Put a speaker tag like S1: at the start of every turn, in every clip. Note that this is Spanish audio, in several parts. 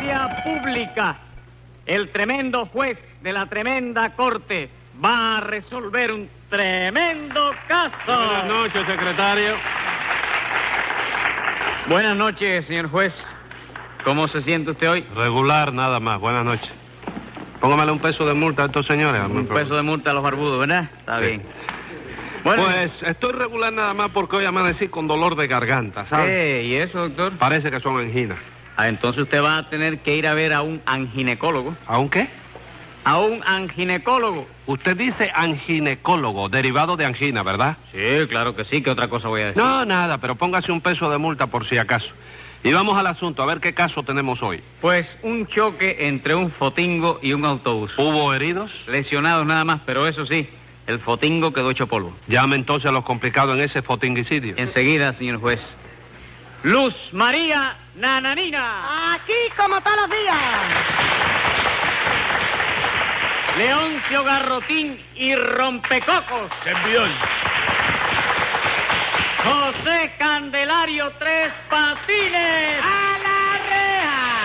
S1: vía pública. El tremendo juez de la tremenda corte va a resolver un tremendo caso.
S2: Buenas noches, secretario.
S1: Buenas noches, señor juez. ¿Cómo se siente usted hoy?
S2: Regular, nada más. Buenas noches. Póngamele un peso de multa a estos señores.
S1: Un peso de multa a los barbudos, ¿verdad? Está
S2: Sí.
S1: bien. Bueno, eh,
S2: Pues estoy regular nada más porque hoy amanecí con dolor de garganta, ¿sabes?
S1: eh, ¿y eso, doctor?
S2: Parece que son anginas.
S1: Ah, entonces usted va a tener que ir a ver a un anginecólogo.
S2: ¿Aún qué?
S1: ¿A un anginecólogo?
S2: Usted dice anginecólogo, derivado de angina, ¿verdad?
S1: Sí, claro que sí. ¿Qué otra cosa voy a decir?
S2: No, nada, pero póngase un peso de multa por si acaso. Y vamos al asunto, a ver qué caso tenemos hoy.
S1: Pues un choque entre un fotingo y un autobús.
S2: ¿Hubo heridos?
S1: Lesionados nada más, pero eso sí, el fotingo quedó hecho polvo.
S2: Llame entonces a los complicados en ese fotinguicidio.
S1: Eh. Enseguida, señor juez. Luz María Nananina.
S3: Aquí como todos los días.
S1: Leoncio Garrotín y Rompecocos.
S4: Servidor.
S1: José Candelario Tres Patines.
S3: A la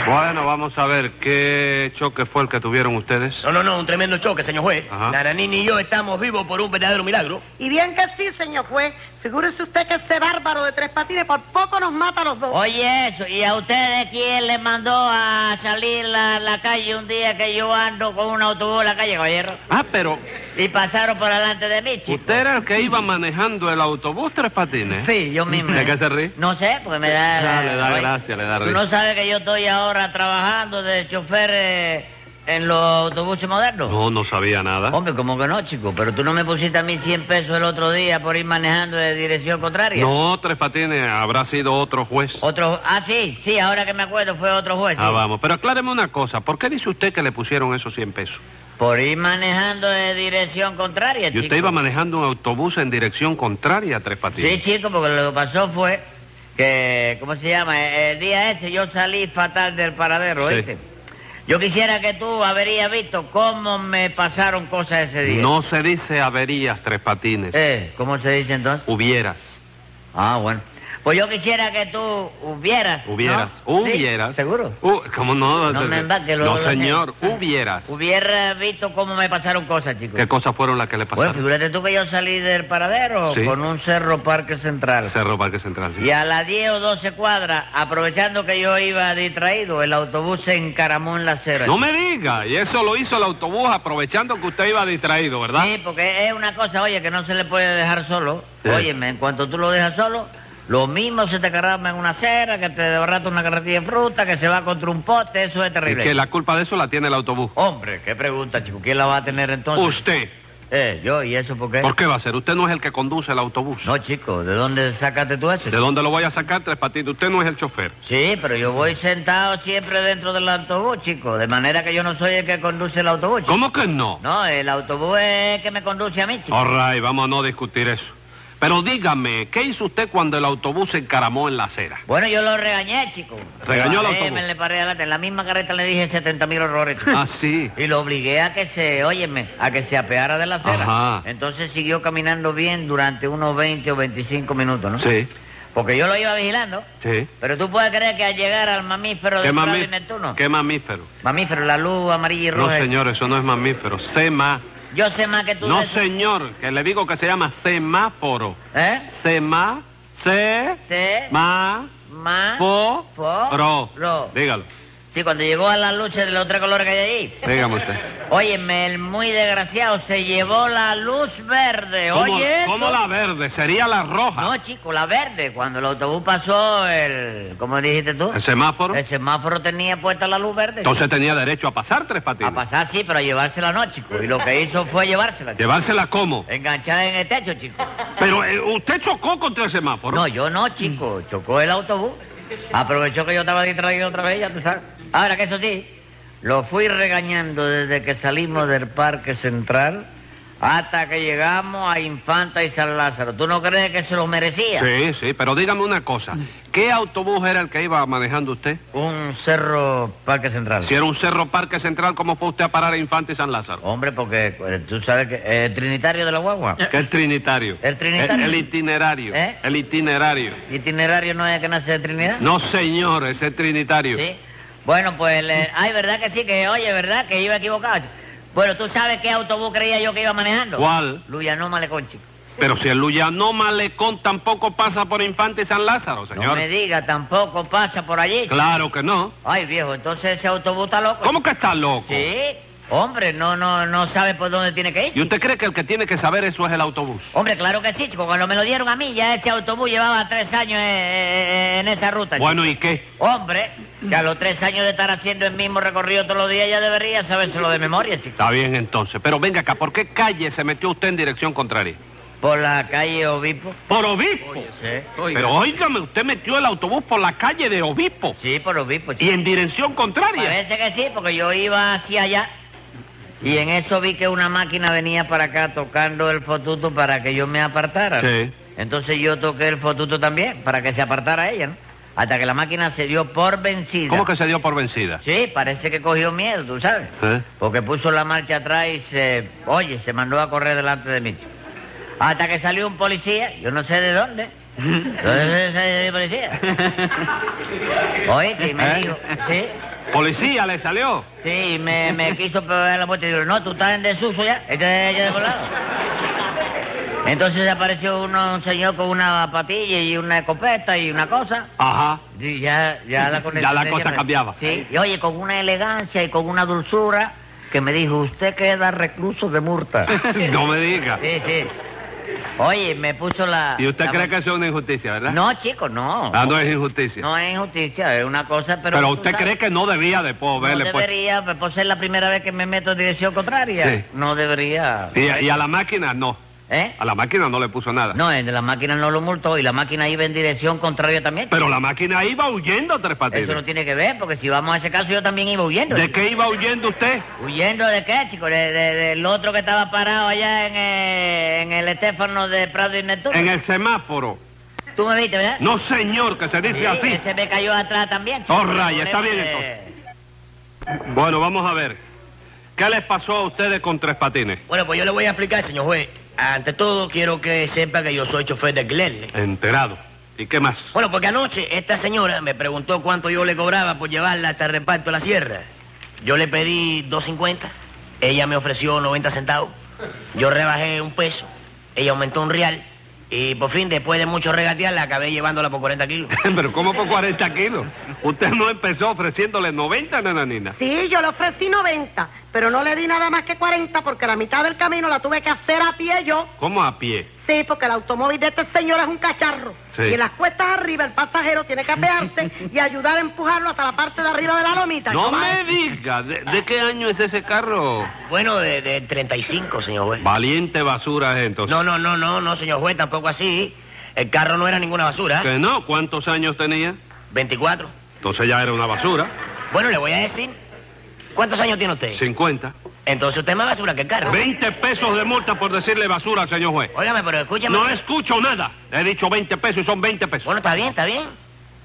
S3: reja.
S2: Bueno, vamos a ver qué choque fue el que tuvieron ustedes.
S4: No, no, no, un tremendo choque, señor juez.
S2: Ajá.
S4: Nananini y yo estamos vivos por un verdadero milagro.
S3: Y bien que sí, señor juez. Figúrese usted que ese bárbaro de tres patines por poco nos mata a los dos.
S5: Oye, eso, ¿y a ustedes quién les mandó a salir a la calle un día que yo ando con un autobús en la calle, caballero?
S2: Ah, pero
S5: Y pasaron por delante de mí, chico.
S2: usted era el que iba manejando el autobús Tres Patines.
S5: Sí, yo mismo.
S2: ¿De qué se ríe?
S5: No sé, porque me da...
S2: Ah,
S5: la-
S2: le da
S5: oye,
S2: gracia, le da
S5: Tú
S2: risa.
S5: no sabes que yo estoy ahora trabajando de chofer eh, en los autobuses modernos.
S2: No, no sabía nada.
S5: Hombre, como que no, chico, pero tú no me pusiste a mí 100 pesos el otro día por ir manejando de dirección contraria.
S2: No, Tres Patines habrá sido otro juez.
S5: Otro, ah, sí, sí, ahora que me acuerdo fue otro juez.
S2: Ah,
S5: sí.
S2: vamos. Pero acláreme una cosa. ¿Por qué dice usted que le pusieron esos 100 pesos?
S5: Por ir manejando de dirección contraria,
S2: Y usted
S5: chico.
S2: iba manejando un autobús en dirección contraria a Tres
S5: Sí,
S2: Patines.
S5: chico, porque lo que pasó fue que, ¿cómo se llama? Eh, El día ese yo salí fatal del paradero,
S2: Sí.
S5: ¿oíste? Yo quisiera que tú habrías visto cómo me pasaron cosas ese día.
S2: No se dice averías Tres Patines.
S5: Eh, ¿Cómo se dice entonces?
S2: Hubieras.
S5: Ah, bueno. Pues yo quisiera que tú hubieras. ¿no?
S2: Hubieras.
S5: Sí,
S2: Hubieras.
S5: ¿Seguro?
S2: Uh, ¿Cómo no?
S5: No me embarque, luego
S2: No,
S5: lo-
S2: señor. Hubieras.
S5: Hubiera visto cómo me pasaron cosas, chicos.
S2: ¿Qué cosas fueron las que le
S5: Bueno,
S2: pasaron?
S5: figúrate tú que yo salí del paradero
S2: Sí.
S5: con un cerro Parque Central.
S2: Cerro Parque Central. sí.
S5: Y a las 10 o 12 cuadras, aprovechando que yo iba distraído, el autobús se encaramó en la acera.
S2: No me diga, y eso lo hizo el autobús aprovechando que usted iba distraído, ¿verdad?
S5: Sí, porque es una cosa, oye, que no se le puede dejar solo.
S2: Sí.
S5: Óyeme, en cuanto tú lo dejas solo, lo mismo se te carama en una acera, que te desbarata una carretilla de fruta, que se va contra un poste, eso es
S2: Y
S5: terrible.
S2: que la culpa de eso la tiene el autobús.
S5: Hombre, qué pregunta, chico, ¿quién la va a tener entonces?
S2: Usted,
S5: Eh, yo, ¿y eso por qué?
S2: ¿por qué va a ser? Usted no es el que conduce el autobús.
S5: No, chico, ¿de dónde sacaste tú eso?
S2: ¿De dónde lo voy a sacar, Tres Patines? Usted no es el chofer.
S5: Sí, pero yo voy sentado siempre dentro del autobús, chico, de manera que yo no soy el que conduce el autobús. chico.
S2: ¿Cómo que no?
S5: No, el autobús es el que me conduce a mí, chico.
S2: All right, vamos a no discutir eso. Pero dígame, ¿qué hizo usted cuando el autobús se encaramó en la acera?
S5: Bueno, yo lo regañé, chico.
S2: ¿Regañó al
S5: Me bajé,
S2: autobús?
S5: Me le paré adelante. En la misma carreta le dije 70 mil horrores. chico.
S2: Ah, sí.
S5: Y lo obligué a que se, óyeme, a que se apeara de la acera.
S2: Ajá.
S5: Entonces siguió caminando bien durante unos 20 o 25 minutos, ¿no?
S2: Sí,
S5: Porque yo lo iba vigilando.
S2: sí.
S5: Pero tú puedes creer que al llegar al mamífero de
S2: ¿Qué,
S5: Urano
S2: mamí-
S5: y Neptuno...
S2: ¿Qué mamífero?
S5: Mamífero, la luz amarilla y
S2: No,
S5: roja.
S2: señor, eso no es mamífero. Sema.
S5: Yo sé más que tú
S2: No,
S5: de eso.
S2: señor, que le digo que se llama semáforo.
S5: ¿Eh?
S2: Sema. Se.
S5: Te-
S2: Ma.
S5: ma-
S2: Po.
S5: Fo-
S2: Ro.
S5: ro.
S2: Dígalo.
S5: Sí, cuando llegó a la luces de los tres colores que hay ahí.
S2: Dígame usted.
S5: Óyeme, el muy desgraciado se llevó la luz verde.
S2: ¿Cómo,
S5: Oye.
S2: cómo
S5: eso.
S2: la verde? Sería la roja.
S5: No, chico, la verde. Cuando el autobús pasó, el. ¿Cómo dijiste tú?
S2: ¿El semáforo?
S5: El semáforo tenía puesta la luz verde.
S2: Entonces tenía derecho a pasar tres
S5: A
S2: patines.
S5: pasar, sí, pero a llevársela no, chico. Y lo que hizo fue llevársela. chico.
S2: Llevársela como.
S5: Enganchada en el techo, chico.
S2: Pero eh, usted chocó contra el semáforo.
S5: No, yo no, chico. Chocó el autobús. Aprovechó que yo estaba distraído otra vez, ya tú sabes. Ahora que eso sí, lo fui regañando desde que salimos del parque central Hasta que llegamos a Infanta y San Lázaro. ¿Tú no crees que se lo merecía?
S2: Sí, sí, pero dígame una cosa. ¿Qué autobús era el que iba manejando usted?
S5: Un cerro Parque Central.
S2: Si era un cerro Parque Central, ¿cómo fue usted a parar a Infante y San Lázaro?
S5: Hombre, porque eh, tú sabes que eh, el trinitario de la guagua.
S2: ¿Qué es Trinitario?
S5: Eh. ¿El Trinitario?
S2: El, el itinerario.
S5: ¿Eh?
S2: El itinerario.
S5: ¿Itinerario no es que nace de Trinidad?
S2: No, señor, ese es Trinitario.
S5: Sí. Bueno, pues, le- ay, ¿verdad que sí? Que, oye, ¿verdad? Que iba equivocado. Bueno, ¿tú sabes qué autobús creía yo que iba manejando?
S2: ¿Cuál?
S5: Luyanó Malecón, chico.
S2: Pero si el Luyano Malecón tampoco pasa por Infante y San Lázaro,
S5: No
S2: señor.
S5: me diga, tampoco pasa por allí. chico.
S2: Claro que no.
S5: Ay, viejo, entonces ese autobús está loco.
S2: ¿Cómo que está loco?
S5: Sí. Hombre, no, no, no sabe por dónde tiene que ir.
S2: ¿Y usted cree que el que tiene que saber eso es el autobús?
S5: Hombre, claro que sí, chico. Cuando me lo dieron a mí, ya ese autobús llevaba tres años eh, eh, en esa ruta. chico.
S2: Bueno, ¿y qué?
S5: Hombre, que a los tres años de estar haciendo el mismo recorrido todos los días ya debería sabérselo de memoria, chico.
S2: Está bien entonces. Pero venga acá, ¿por qué calle se metió usted en dirección contraria?
S5: Por la calle Obispo.
S2: Por obispo.
S5: Sí.
S2: Pero óigame, usted metió el autobús por la calle de obispo
S5: Sí, por Obispo, chico.
S2: y en dirección contraria.
S5: Parece que sí, porque yo iba hacia allá y en eso vi que una máquina venía para acá tocando el fotuto para que yo me apartara. ¿no?
S2: Sí.
S5: Entonces yo toqué el fotuto también para que se apartara ella, ¿no? Hasta que la máquina se dio por vencida.
S2: ¿Cómo que se dio por vencida?
S5: Sí, parece que cogió miedo, tú sabes.
S2: ¿Eh?
S5: Porque puso la marcha atrás y se... Oye, se mandó a correr delante de mí. Hasta que salió un policía, yo no sé de dónde. ¿Dónde salió el policía? Oíste, y me
S2: ¿Eh?
S5: dijo... Sí,
S2: Policía le salió.
S5: sí, y me, me quiso pegar la puerta y digo, no, tú estás en desuso ya. Este es ella de colado. Entonces apareció uno, un señor con una patilla y una escopeta y una cosa.
S2: Ajá.
S5: Sí, ya, ya la conexión
S2: Ya la
S5: de
S2: cosa
S5: ella me-
S2: cambiaba.
S5: Sí, y oye, con una elegancia y con una dulzura que me dijo, usted queda recluso de murta.
S2: no me diga.
S5: sí, sí. Oye, me puso la...
S2: ¿Y usted
S5: la-
S2: cree que eso es una injusticia, verdad?
S5: No, chico, no.
S2: Ah, no es injusticia.
S5: No es injusticia, es una cosa, pero...
S2: Pero, usted cree que no debía de
S5: No
S2: verle pues.
S5: debería, pues, por ser la primera vez que me meto en dirección contraria.
S2: Sí.
S5: No debería...
S2: Y, y a la máquina no.
S5: ¿Eh?
S2: A la máquina no le puso nada.
S5: No, el de la máquina no lo multó y la máquina iba en dirección contraria también.
S2: Pero la máquina iba huyendo, Tres
S5: Eso no
S2: Patines.
S5: tiene que ver, porque si vamos a ese caso yo también iba huyendo.
S2: ¿De
S5: chico.
S2: qué iba huyendo usted?
S5: ¿Huyendo de qué, chico? De- de- del otro que estaba parado allá en, eh, en el Estéfano de Prado y Neptuno.
S2: En el semáforo.
S5: Tú me viste, ¿verdad?
S2: No, señor, que se
S5: Sí,
S2: dice así.
S5: Ese me cayó atrás también.
S2: Oh, raya, está bien,
S5: Eh,
S2: Bueno, vamos a ver. ¿Qué les pasó a ustedes con Tres Patines?
S4: Bueno, pues yo le voy a explicar, señor juez. Ante todo, quiero que sepa que yo soy chofer de Glenley.
S2: Enterado. ¿Y qué más?
S4: Bueno, porque anoche esta señora me preguntó cuánto yo le cobraba por llevarla hasta el reparto de la sierra. Yo le pedí 2.50, ella me ofreció 90 centavos, yo rebajé un peso, ella aumentó un real y por fin, después de mucho regatear, la acabé llevándola por 40 kilos.
S2: Pero ¿cómo por 40 kilos? Usted no empezó ofreciéndole 90, nananina.
S3: Sí, yo le ofrecí 90, pero no le di nada más que 40 porque la mitad del camino la tuve que hacer a pie yo.
S2: ¿Cómo a pie?
S3: Sí, porque el automóvil de este señor es un cacharro.
S2: Sí.
S3: Y en las cuestas arriba el pasajero tiene que apearse y ayudar a empujarlo hasta la parte de arriba de la lomita.
S2: No me
S3: comadre.
S2: diga. ¿De, de qué año es ese carro?
S4: Bueno, de, de 35, señor juez.
S2: Valiente basura, es, entonces.
S4: No, no, no, no, no, señor juez, tampoco así. El carro no era ninguna
S5: ¿Ah?
S4: basura.
S2: ¿Que no? ¿Cuántos años tenía?
S4: 24.
S2: Entonces ya era una basura.
S4: Bueno, le voy a decir. ¿Cuántos años tiene usted?
S2: 50.
S4: Entonces usted es más basura que el carro.
S2: 20 pesos de multa por decirle basura al señor juez.
S4: Óigame, pero escúcheme.
S2: No escucho nada. He dicho 20 pesos y son 20 pesos.
S4: Bueno, está bien, está bien.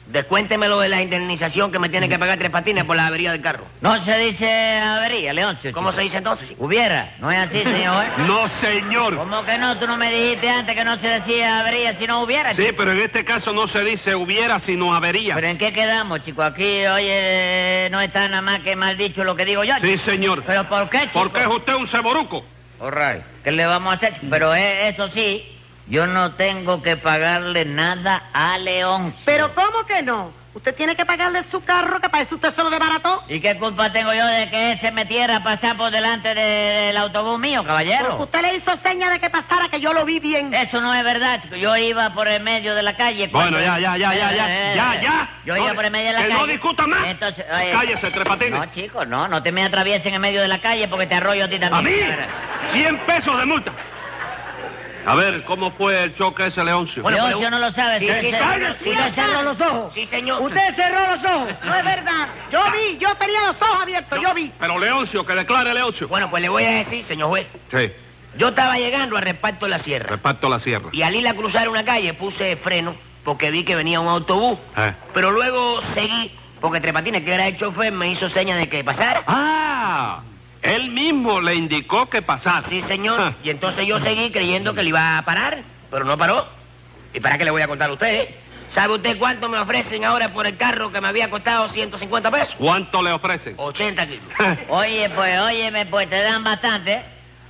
S4: Descuénteme lo de la indemnización que me tiene que pagar tres patines por la avería del carro.
S5: No se dice avería, Leoncio.
S4: ¿Cómo
S5: chico.
S4: se dice entonces?
S5: Hubiera, ¿no es así, señor? eh?
S2: No, señor.
S5: ¿Cómo que no? Tú no me dijiste antes que no se decía avería si no hubiera.
S2: Sí,
S5: chico.
S2: pero en este caso no se dice hubiera, sino avería.
S5: ¿Pero en qué quedamos, chico? Aquí, oye, no está nada más que mal dicho lo que digo yo.
S2: Sí,
S5: chico.
S2: señor.
S5: ¿Pero por qué, chico?
S2: Porque es usted un ceboruco.
S5: All right. ¿Qué le vamos a hacer? Pero eh, eso sí, yo no tengo que pagarle nada a León.
S3: Pero ¿cómo que no? Usted tiene que pagarle su carro, que para eso usted se lo desbarató.
S5: ¿Y qué culpa tengo yo de que él se metiera a pasar por delante de- del autobús mío,
S3: Porque
S5: caballero?
S3: usted le hizo seña de que pasara, que yo lo vi bien.
S5: Eso no es verdad, chico. Yo iba por el medio de la calle. cuando-
S2: Bueno, ya, ya, ya, ya, ya,
S5: Eh,
S2: ya, ya.
S5: Yo
S2: No,
S5: iba por el medio de la
S2: que
S5: calle.
S2: no discuta más.
S5: Entonces, oye,
S2: Cállese, Tres Patines.
S5: No, chico, no, no te me atravieses en el medio de la calle porque te arroyo a ti
S2: A mí,
S5: también.
S2: 100 pesos de multa. A ver, ¿cómo fue el choque ese, Leoncio?
S4: Bueno,
S5: Leoncio
S4: pero-
S5: no lo sabe.
S4: Sí,
S5: tú
S4: sí,
S5: se-
S2: cállate.
S5: tú te cerró los ojos.
S4: Sí, señor.
S3: Usted cerró los ojos. No es verdad. Yo vi, yo tenía los ojos abiertos, yo vi.
S2: Pero Leoncio, que declare Leoncio.
S4: Bueno, pues le voy a decir, señor juez,
S2: Sí.
S4: Yo estaba llegando al reparto de la sierra.
S2: Reparto la sierra.
S4: Y al ir a cruzar una calle puse freno porque vi que venía un autobús.
S2: Eh.
S4: Pero luego seguí porque Trepatines, que era el chofer, me hizo seña de que pasara.
S2: ¡Ah! Él mismo le indicó que pasase.
S4: Sí, señor.
S2: Ah.
S4: Y entonces yo seguí creyendo que le iba a parar, pero no paró. ¿Y para qué le voy a contar a usted? eh? ¿Sabe usted cuánto me ofrecen ahora por el carro que me había costado 150 pesos?
S2: ¿Cuánto le ofrecen?
S5: Oh,
S4: 80 kilos.
S2: Ah.
S5: Oye, pues, óyeme, pues te dan bastante,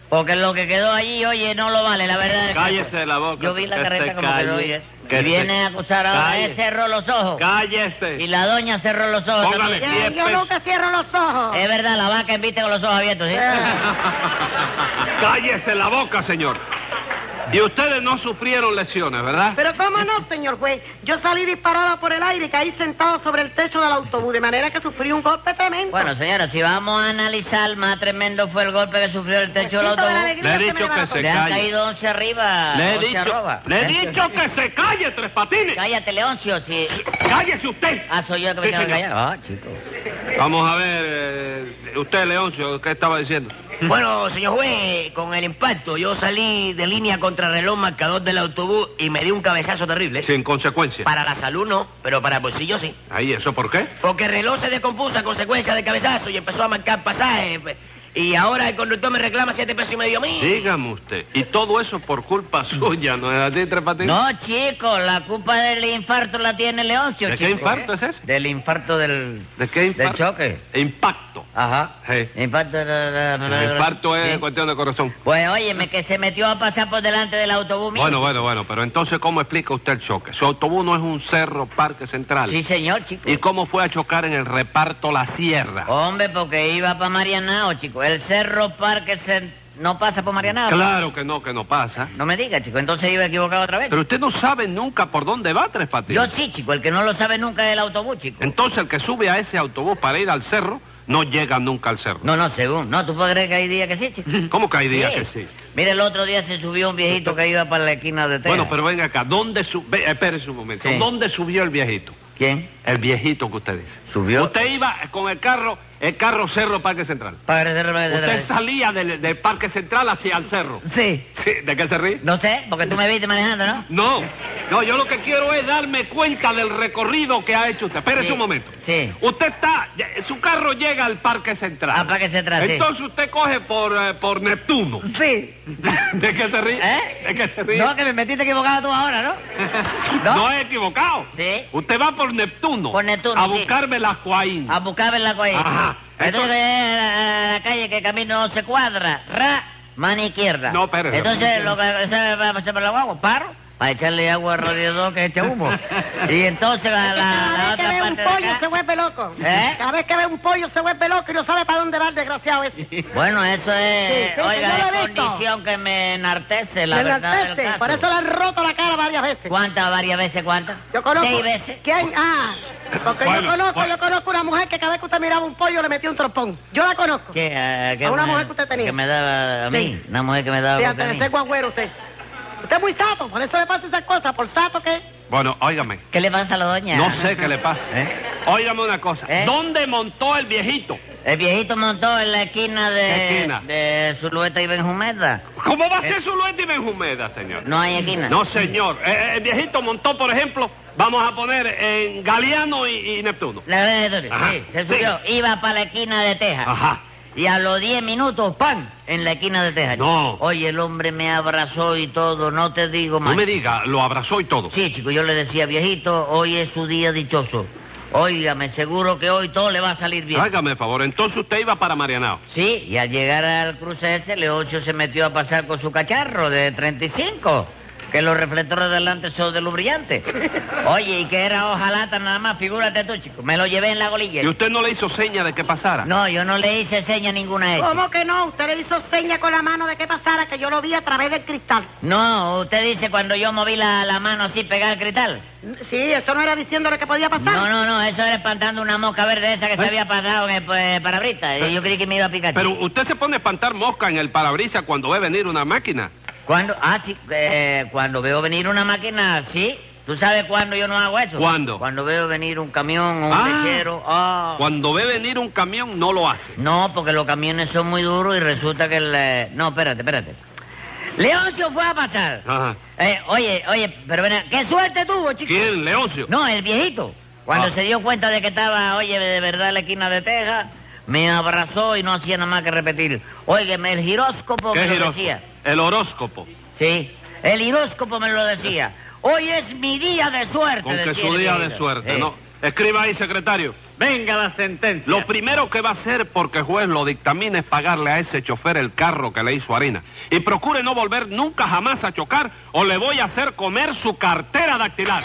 S5: porque lo que quedó allí, oye, no lo vale, la verdad. es que-
S2: Cállese la boca.
S5: Yo vi la
S2: Que se
S5: carreta como que lo
S2: calle,
S5: oye.
S2: que
S5: Y
S2: se-
S5: viene a acusar ahora, él
S2: Cállese.
S5: cerró los ojos.
S2: ¡Cállese!
S5: Y la doña cerró los ojos
S2: Póngale.
S5: también.
S3: Ya,
S2: Diez
S3: yo
S2: pesos.
S3: nunca cierro los ojos.
S5: Es verdad, la vaca invita con los ojos abiertos, ¿sí?
S2: ¡Cállese la boca, señor! Y ustedes no sufrieron lesiones, ¿verdad?
S3: Pero cómo no, señor juez. Yo salí disparada por el aire y caí sentado sobre el techo del autobús, de manera que sufrí un golpe tremendo.
S5: Bueno, señora, si vamos a analizar, más tremendo fue el golpe que sufrió el techo
S3: Quito
S5: del
S3: de la
S5: autobús.
S3: alegría
S2: Le he
S3: que
S2: dicho
S3: me
S2: que
S3: levantó.
S2: se-
S5: Le han
S2: calle.
S5: caído 11 arriba,
S2: le he
S5: 11
S2: dicho.
S5: Ah, arroba.
S2: Le he dicho que se calle, Tres Patines.
S5: Cállate, Leoncio, si...
S2: ¡Cállese usted!
S5: Ah, soy yo que me
S2: Sí,
S5: tengo que
S2: señor.
S5: callar. Ah, chico.
S2: Vamos a ver, eh, usted, Leoncio, ¿qué estaba diciendo?
S4: Bueno, señor juez, con el impacto yo salí de línea contra reloj marcador del autobús y me di un cabezazo
S5: Eh.
S4: terrible.
S2: Sin consecuencia.
S4: Para la salud no, pero para el bolsillo sí.
S2: Ahí, ¿eso por qué?
S4: Porque el reloj se descompuso a consecuencia del cabezazo y empezó a marcar pasajes. pues. Y ahora el conductor me reclama siete pesos y medio a mí.
S2: Dígame usted. Y todo eso por culpa suya, ¿no es así, Tres Patines?
S5: No, chico, la culpa del infarto la tiene Leoncio,
S2: ¿De qué
S5: chico.
S2: infarto es ese?
S5: Del infarto del...
S2: ¿De qué impacto? E
S5: Del choque.
S2: Impacto.
S5: Ajá.
S2: Sí.
S5: Infarto...
S2: El infarto es
S5: Sí.
S2: cuestión de corazón.
S5: Pues óyeme, que se metió a pasar por delante del autobús. mío.
S2: Bueno, bueno, bueno, pero entonces, ¿cómo explica usted el choque? Su autobús no es un cerro, parque central.
S5: Sí, señor, chico.
S2: ¿Y cómo fue a chocar en el reparto La Sierra?
S5: Hombre, porque iba para Marianao, chico. El Cerro Parque se- no pasa por Marianao.
S2: Claro que no, que no pasa.
S5: No me diga, chico. Entonces iba equivocado otra vez.
S2: Pero usted no sabe nunca por dónde va Tres
S5: Yo
S2: Patines.
S5: sí, chico. El que no lo sabe nunca es el autobús, chico.
S2: Entonces, el que sube a ese autobús para ir al cerro, no llega nunca al cerro.
S5: No, no, según. No, tú puedes creer que hay días que sí, chico.
S2: ¿Cómo que hay días que sí?
S5: Mira, el otro día se subió un viejito que iba para la esquina de Texas.
S2: Bueno, pero venga acá, ¿dónde sube? Espérese un momento.
S5: Sí.
S2: ¿Dónde subió el viejito?
S5: ¿Quién?
S2: El viejito que usted dice.
S5: ¿Subió?
S2: Usted iba con el carro, el carro Cerro Parque Central.
S5: Para el Cerro Parque
S2: Usted
S5: Central.
S2: salía del, del Parque Central hacia el cerro.
S5: Sí.
S2: Sí, ¿De qué se ríe?
S5: No sé, porque tú me viste manejando, ¿no?
S2: No, no, yo lo que quiero es darme cuenta del recorrido que ha hecho usted. Espérese
S5: Sí,
S2: un momento.
S5: sí.
S2: Usted está, ya- su carro llega al Parque Central.
S5: Ah, Parque Central, sí.
S2: Entonces usted coge por, eh, por Neptuno.
S5: Sí.
S2: ¿De qué se ríe?
S5: ¿Eh?
S2: ¿De qué se ríe?
S5: No, que me metiste equivocado tú ahora, ¿no?
S2: No,
S5: ¿No?
S2: he equivocado.
S5: Sí.
S2: Usted va por Neptuno.
S5: Por Neptuno,
S2: A
S5: sí. Ah.
S2: buscarme las Coaín.
S5: A buscar en la calle.
S2: Ajá.
S5: Entonces, eh, la calle que el camino se cuadra. Ra, mano izquierda.
S2: No, espérate.
S5: Entonces, lo que se va a pasar por la guagua, paro. Para echarle agua al radiador que echa humo. Y entonces la, la- la
S3: Cada vez que
S5: otra
S3: ve un
S5: parte de
S3: pollo
S5: acá-
S3: se vuelve loco.
S5: ¿Eh?
S3: Cada vez que ve un pollo se vuelve loco y no sabe para dónde va el desgraciado ese.
S5: Bueno, eso es,
S3: Sí, sí,
S5: oiga,
S3: yo lo
S5: es
S3: he visto.
S5: condición que me enartece, la
S3: Me
S5: verdad del
S3: enaltece,
S5: caso.
S3: Por eso le han roto la cara varias veces.
S5: ¿Cuántas, varias veces, cuántas?
S3: Yo conozco.
S5: Seis veces.
S3: ¿Quién? Ah, porque
S2: Bueno,
S3: yo conozco,
S2: bueno.
S3: yo conozco una mujer que cada vez que usted miraba un pollo le metía un trompón. Yo la conozco.
S5: ¿Qué, eh, qué
S3: A una mujer que usted tenía.
S5: Que me daba a
S3: Sí.
S5: mí, una mujer que me daba
S3: Fíjate,
S5: a
S3: de
S5: mí.
S3: ser guagüero usted. Usted es muy sato, por eso le pasa esas cosas. ¿Por sato qué?
S2: Bueno, óigame.
S5: ¿Qué le pasa a la doña?
S2: No sé qué le pasa.
S5: ¿Eh?
S2: Óigame una cosa.
S5: ¿Eh?
S2: ¿Dónde montó el viejito?
S5: El viejito montó en la esquina
S2: ¿Qué
S5: de,
S2: esquina?
S5: de Zulueta y Benjumeda.
S2: ¿Cómo va a ser su y Benjumeda, señor?
S5: ¿Eh? No hay esquina.
S2: No, señor. Eh, el viejito montó, por ejemplo, vamos a poner en Galeano y, y Neptuno.
S5: La verdad es que-
S2: Ajá.
S5: sí, se subió. Iba para la esquina de Texas.
S2: Ajá.
S5: Y a los 10 minutos, ¡pam! En la esquina de Texas.
S2: No.
S5: Oye, el hombre me abrazó y todo, no te digo más.
S2: No me diga, lo abrazó y todo.
S5: Sí, chico, yo le decía, viejito, hoy es su día dichoso. Óigame, seguro que hoy todo le va a salir bien.
S2: Hágame el favor. Entonces usted iba para Marianao.
S5: Sí, y al llegar al cruce ese, Leocio se metió a pasar con su cacharro de 35, que los reflectores delante son de luz brillante. Oye, y que era hojalata nada más, figúrate tú, chico. Me lo llevé en la golilla.
S2: ¿Y usted no le hizo seña de que pasara?
S5: No, yo no le hice seña ninguna a eso.
S3: ¿Cómo que no? Usted le hizo seña con la mano de que pasara, que yo lo vi a través del cristal.
S5: No, usted dice cuando yo moví la, la mano así, pegar al cristal.
S3: Sí, eso no era diciéndole que podía pasar.
S5: No, no, no, eso era espantando una mosca verde esa que se
S2: ¿Eh?
S5: había pasado en el pues, parabrisas. Y Yo creí que me iba a picar.
S2: Pero usted se pone a espantar mosca en el parabrisas cuando ve venir una máquina.
S5: Cuando, ah, sí, eh, cuando veo venir una máquina, sí. ¿Tú sabes cuándo yo no hago eso?
S2: ¿Cuándo?
S5: Cuando veo venir un camión o un
S2: Ah.
S5: lechero. ah.
S2: Cuando ve venir un camión, no lo hace.
S5: No, porque los camiones son muy duros y resulta que el... eh, No, espérate, espérate. Leoncio fue a pasar.
S2: Ajá.
S5: Eh, oye, oye, pero ven, acá, qué suerte tuvo, chico.
S2: ¿Quién? Leoncio.
S5: No, el viejito. Cuando
S2: Ah.
S5: se dio cuenta de que estaba, oye, de verdad en la esquina de Texas, me abrazó y no hacía nada más que repetir. Óigame, el giróscopo
S2: ¿Qué
S5: me lo
S2: giros-
S5: decía.
S2: El horóscopo.
S5: Sí, el giróscopo me lo decía. Hoy es mi día de suerte.
S2: Con que
S5: decía
S2: su
S5: el
S2: día de
S5: viejito.
S2: suerte,
S5: Sí.
S2: ¿no? Escriba ahí, secretario.
S1: Venga la sentencia.
S2: Lo primero que va a hacer, porque juez lo dictamina, es pagarle a ese chofer el carro que le hizo harina. Y procure no volver nunca jamás a chocar o le voy a hacer comer su cartera dactilar.